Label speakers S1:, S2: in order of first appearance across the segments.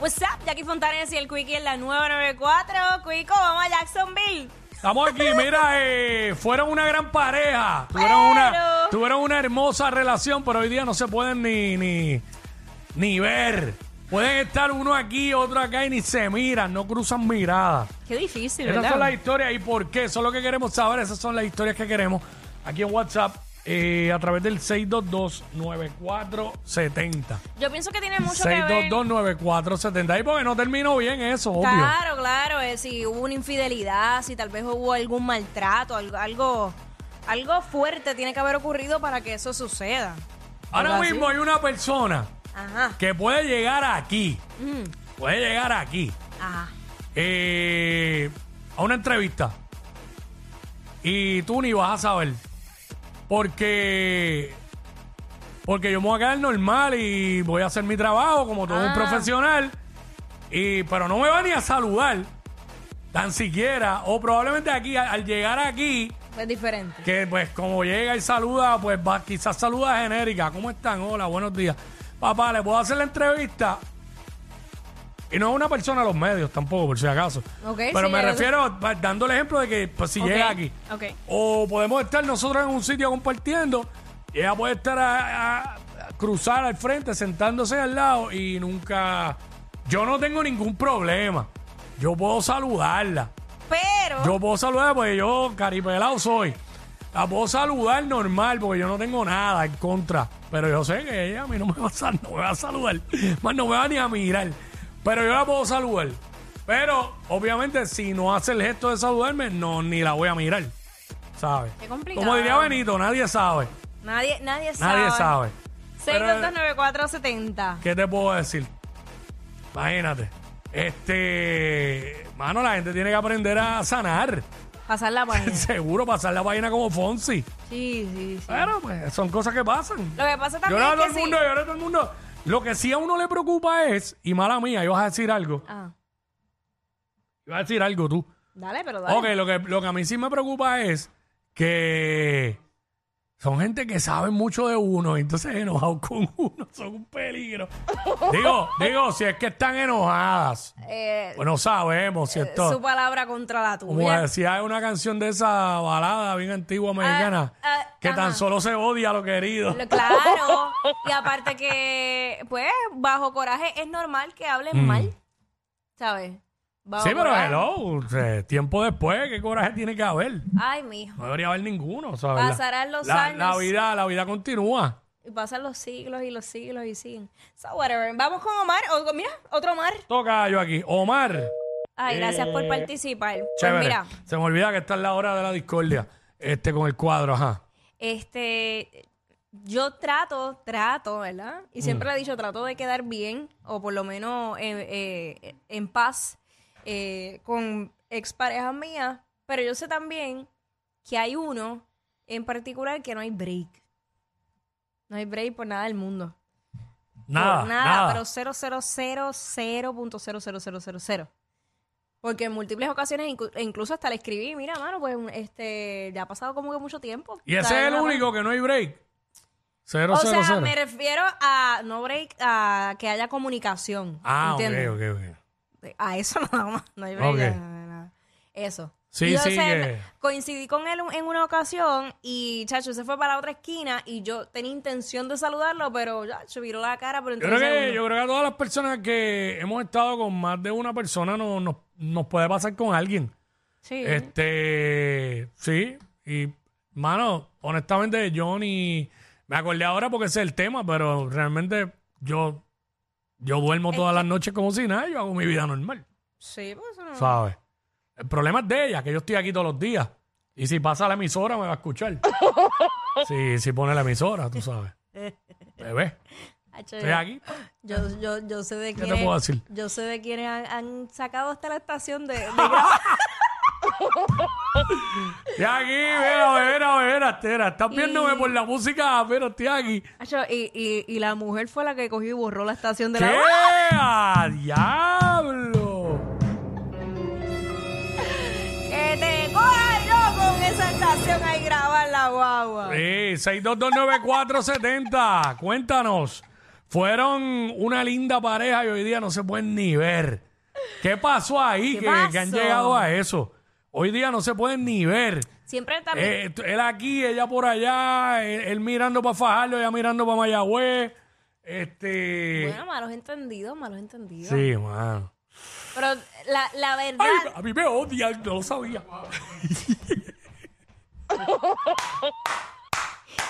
S1: What's up, Jackie Fontanes y el Quickie en la 994. Quico, vamos a Jacksonville.
S2: Estamos aquí, mira, eh, fueron una gran pareja, tuvieron
S1: Pero.
S2: una, tuvieron una hermosa relación, pero hoy día no se pueden ni, ni, ni ver. Pueden estar uno aquí, otro acá y ni se miran, no cruzan miradas.
S1: Qué difícil,
S2: Esas
S1: ¿verdad?
S2: son las historias y por qué, eso es lo que queremos saber, esas son las historias que queremos aquí en WhatsApp eh, a través del 622-9470.
S1: Yo pienso que tiene mucho que ver.
S2: 622-9470. Y porque no terminó bien eso, obvio.
S1: Claro, claro. eh, si hubo una infidelidad, si tal vez hubo algún maltrato, algo, algo, algo fuerte tiene que haber ocurrido para que eso suceda.
S2: Ahora
S1: Algo así.
S2: mismo hay una persona
S1: Ajá,
S2: que puede llegar aquí,
S1: Mm.
S2: puede llegar aquí
S1: ajá.
S2: eh, a una entrevista y tú ni vas a saber porque porque yo me voy a quedar normal y voy a hacer mi trabajo como todo un
S1: Ah.
S2: profesional y pero no me va ni a saludar tan siquiera o probablemente aquí al- al llegar aquí
S1: Es diferente.
S2: que pues como llega y saluda, pues va, quizás saluda genérica. ¿Cómo están? Hola, buenos días. Papá, ¿le puedo hacer la entrevista? Y no es una persona a los medios tampoco, por si acaso.
S1: Ok,
S2: Pero
S1: sí, ya-
S2: me refiero pa- dando el ejemplo de que pues, si
S1: Ok,
S2: llega aquí.
S1: ok.
S2: O podemos estar nosotros en un sitio compartiendo y ella puede estar a, a- a cruzar al frente, sentándose al lado y nunca... Yo no tengo ningún problema. Yo puedo saludarla.
S1: Pero.
S2: Yo puedo saludar porque yo caripelado soy. La puedo saludar normal porque yo no tengo nada en contra. Pero yo sé que ella a mí no me va a, sal- no me va a saludar. Más no me va ni a mirar. Pero yo la puedo saludar. Pero obviamente si no hace el gesto de saludarme, no ni la voy a mirar. ¿Sabes?
S1: Qué complicado.
S2: Como diría Benito, nadie sabe.
S1: Nadie, nadie sabe.
S2: Nadie sabe. Pero-
S1: 6229470.
S2: ¿Qué te puedo decir? Imagínate. Este, mano, la gente tiene que aprender a sanar.
S1: Pasar la página.
S2: Seguro pasar la vaina como Fonsi.
S1: Sí, sí, sí.
S2: Pero pues son cosas que pasan.
S1: Lo que pasa también
S2: Llorar a
S1: es
S2: todo
S1: que
S2: el
S1: sí.
S2: mundo, llorar a todo el mundo. Lo que sí a uno le preocupa es, y mala mía, ibas a decir algo.
S1: Ah,
S2: Ibas a decir algo tú.
S1: dale, pero dale.
S2: Ok, lo que, lo que a mí sí me preocupa es que son gente que sabe mucho de uno, y entonces enojados con uno, son un peligro. digo, digo, si es que están enojadas.
S1: Eh,
S2: Pues no sabemos, ¿cierto?
S1: su palabra contra la tuya.
S2: Como decía una canción de esa balada bien antigua mexicana,
S1: ah,
S2: que tan
S1: ajá.
S2: solo se odia a lo querido.
S1: Lo- Claro. Y aparte que, pues, bajo coraje es normal que hablen mal. ¿Sabes? Bajo
S2: Mm. sí, pero
S1: coraje.
S2: hello, o sea, tiempo después, ¿qué coraje tiene que haber?
S1: Ay, mijo.
S2: No debería haber ninguno, ¿sabes? La-
S1: Pasarán los
S2: la-
S1: años.
S2: La vida, la vida continúa.
S1: Y pasan los siglos y los siglos y siguen. So, whatever. Vamos con Omar. O- mira, otro Omar.
S2: Toca yo aquí. Omar,
S1: Ay, gracias por participar. Pues
S2: chévere.
S1: mira,
S2: Se me olvida que está en la hora de la discordia, este, con el cuadro, ajá.
S1: este, yo trato, trato, ¿verdad? Y
S2: Mm.
S1: siempre le he dicho, trato de quedar bien, o por lo menos eh, eh, en paz, eh, con exparejas mías. Pero yo sé también que hay uno en particular que no hay break. No hay break por nada del mundo.
S2: Nada,
S1: Por
S2: nada.
S1: Pues pero 0000000. Porque en múltiples ocasiones, inclu- e incluso hasta le escribí, mira, mano, pues este, ya ha pasado como que mucho tiempo.
S2: y ese
S1: ¿Sabes?
S2: es el
S1: Una-
S2: único que no hay break. Cero,
S1: O
S2: cero,
S1: sea,
S2: cero.
S1: me refiero a, no break, a que haya comunicación.
S2: Ah, ok,
S1: ¿entiendes?
S2: ok, ok.
S1: A eso nada más, no hay break.
S2: Ok.
S1: nada, nada, nada. Eso.
S2: Sí,
S1: Y yo,
S2: sí,
S1: o sea,
S2: que-
S1: coincidí con él en una ocasión y, chacho, se fue para la otra esquina y yo tenía intención de saludarlo, pero, chacho, viró la cara por
S2: Yo
S1: entre
S2: creo, que,
S1: segundos.
S2: yo creo que a todas las personas que hemos estado con más de una persona no- nos- nos puede pasar con alguien.
S1: Sí.
S2: Este, sí, y mano, honestamente yo ni me acordé ahora porque ese es el tema, pero realmente yo yo duermo todas las noches como si nada, yo hago mi vida normal,
S1: Sí, pues eso no-
S2: ¿sabes? El problema es de ella, que yo estoy aquí todos los días. Y si pasa la emisora me va a escuchar. Sí, si pone la emisora, tú sabes. Bebé,
S1: Hacho,
S2: estoy aquí.
S1: Yo, yo, yo sé de
S2: te
S1: quiénes.
S2: puedo decir?
S1: Yo sé de quiénes han, han sacado hasta la estación de. de gra-
S2: Estoy aquí, mira, bebera, bebera, espera. Estás viéndome por la música, pero estoy aquí.
S1: Hacho, y, y, y la mujer fue la que cogió y borró la estación de
S2: ¡Qué
S1: la.
S2: a diablo!
S1: ¡Que te cojan, loco! Con esa estación ahí grabar la guagua.
S2: Sí, 6229470. Cuéntanos. Fueron una linda pareja y hoy día no se pueden ni ver. ¿Qué pasó ahí
S1: ¿Qué
S2: que, que han
S1: pasó?
S2: llegado a eso? Hoy día no se pueden ni ver.
S1: Siempre también.
S2: Eh, t- él aquí, ella por allá, él, él mirando para Fajardo, ella mirando para Mayagüez. Este.
S1: bueno, malos entendidos, malos entendidos.
S2: sí, mano.
S1: Pero la, la verdad.
S2: Ay, a mí me odian, no lo sabía.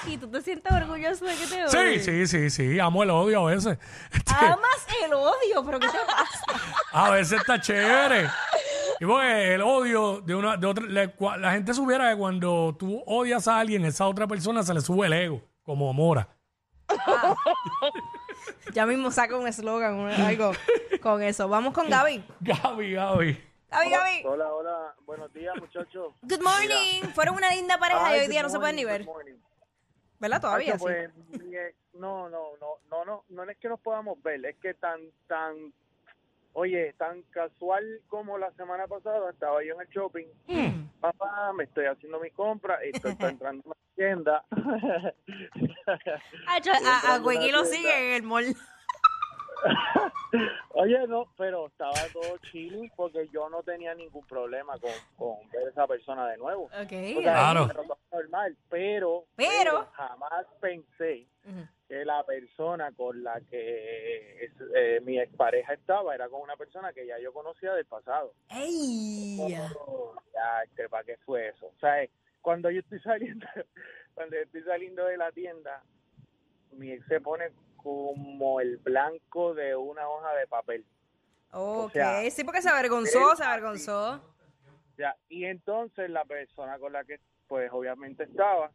S1: ¿Y tú te sientes orgulloso de que te
S2: Sí,
S1: odien?
S2: sí, sí, sí. Amo el odio a veces. Este,
S1: Amas el odio, pero ¿qué te pasa?
S2: A veces está chévere. Y porque el odio de una, de otra, le- cua- la, gente supiera que cuando tú odias a alguien, esa otra persona se le sube el ego, como Mora.
S1: ya mismo saca un eslogan, un- algo con eso. Vamos con Gaby.
S2: Gaby, Gaby.
S1: Gaby, Gaby.
S3: Hola, hola, buenos días muchachos.
S1: Good morning. Fueron una linda pareja y hoy día no se pueden ni ver. ¿Verdad? Todavía sí.
S3: Pues, eh, no, no, no, no, no, no es que nos podamos ver, es que tan, tan, oye, tan casual como la semana pasada estaba yo en el shopping,
S1: Hmm.
S3: papá, me estoy haciendo mi compra, esto está entrando en la tienda.
S1: Ah, yo- a, a Wiki lo sigue en el mall.
S3: Oye, no, pero estaba todo chill porque yo no tenía ningún problema con, con ver a esa persona de nuevo. O sea,
S1: Ok.
S2: Claro.
S3: pero todo normal, pero,
S1: Pero-
S3: jamás pensé
S1: Ujú.
S3: que la persona con la que es- eh, mi expareja estaba era con una persona que ya yo conocía del pasado.
S1: Ey.
S3: Oh, ya, este, ¿para qué fue eso? O sea, eh, cuando yo estoy saliendo, cuando yo estoy saliendo de la tienda, mi ex se pone como el blanco de una hoja de papel.
S1: Ok.
S3: sea,
S1: Sí, porque se avergonzó, se avergonzó.
S3: Ya, y entonces la persona con la que pues obviamente estaba,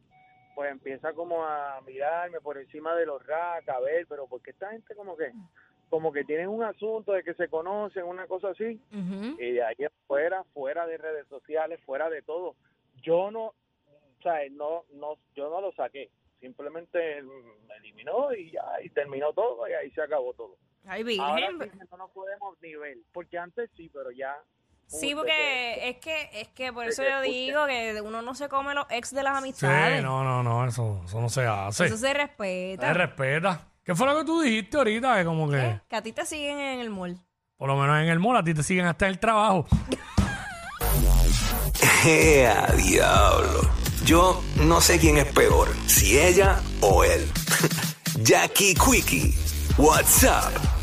S3: pues empieza como a mirarme por encima de los racks, a ver, pero porque esta gente como que, como que tienen un asunto de que se conocen, una cosa así,
S1: Ujú.
S3: y de ahí fuera, fuera de redes sociales, fuera de todo. Yo no, o sea, no, no, yo no lo saqué, simplemente mm, me eliminó y ya, y terminó todo y ahí se acabó todo.
S1: Ay,
S3: Ahora
S1: virgen.
S3: sí que no nos podemos nivel, porque antes sí, pero ya.
S1: Sí,
S3: uh,
S1: porque es que, es que por
S3: de
S1: eso
S3: que
S1: yo
S3: escuchen.
S1: digo que uno no se come los ex de las
S2: Sí,
S1: amistades.
S2: no, no, no, eso, eso no se hace.
S1: Eso se
S2: Se
S1: respeta.
S2: respeta. ¿Qué fue lo que tú dijiste ahorita? Que como que,
S1: Que a ti te siguen en el mall.
S2: por lo menos en el mall, a ti te siguen hasta el trabajo.
S4: ¡Ea, diablo! Yo no sé quién es peor, si ella o él. Jackie Quickie, WhatsApp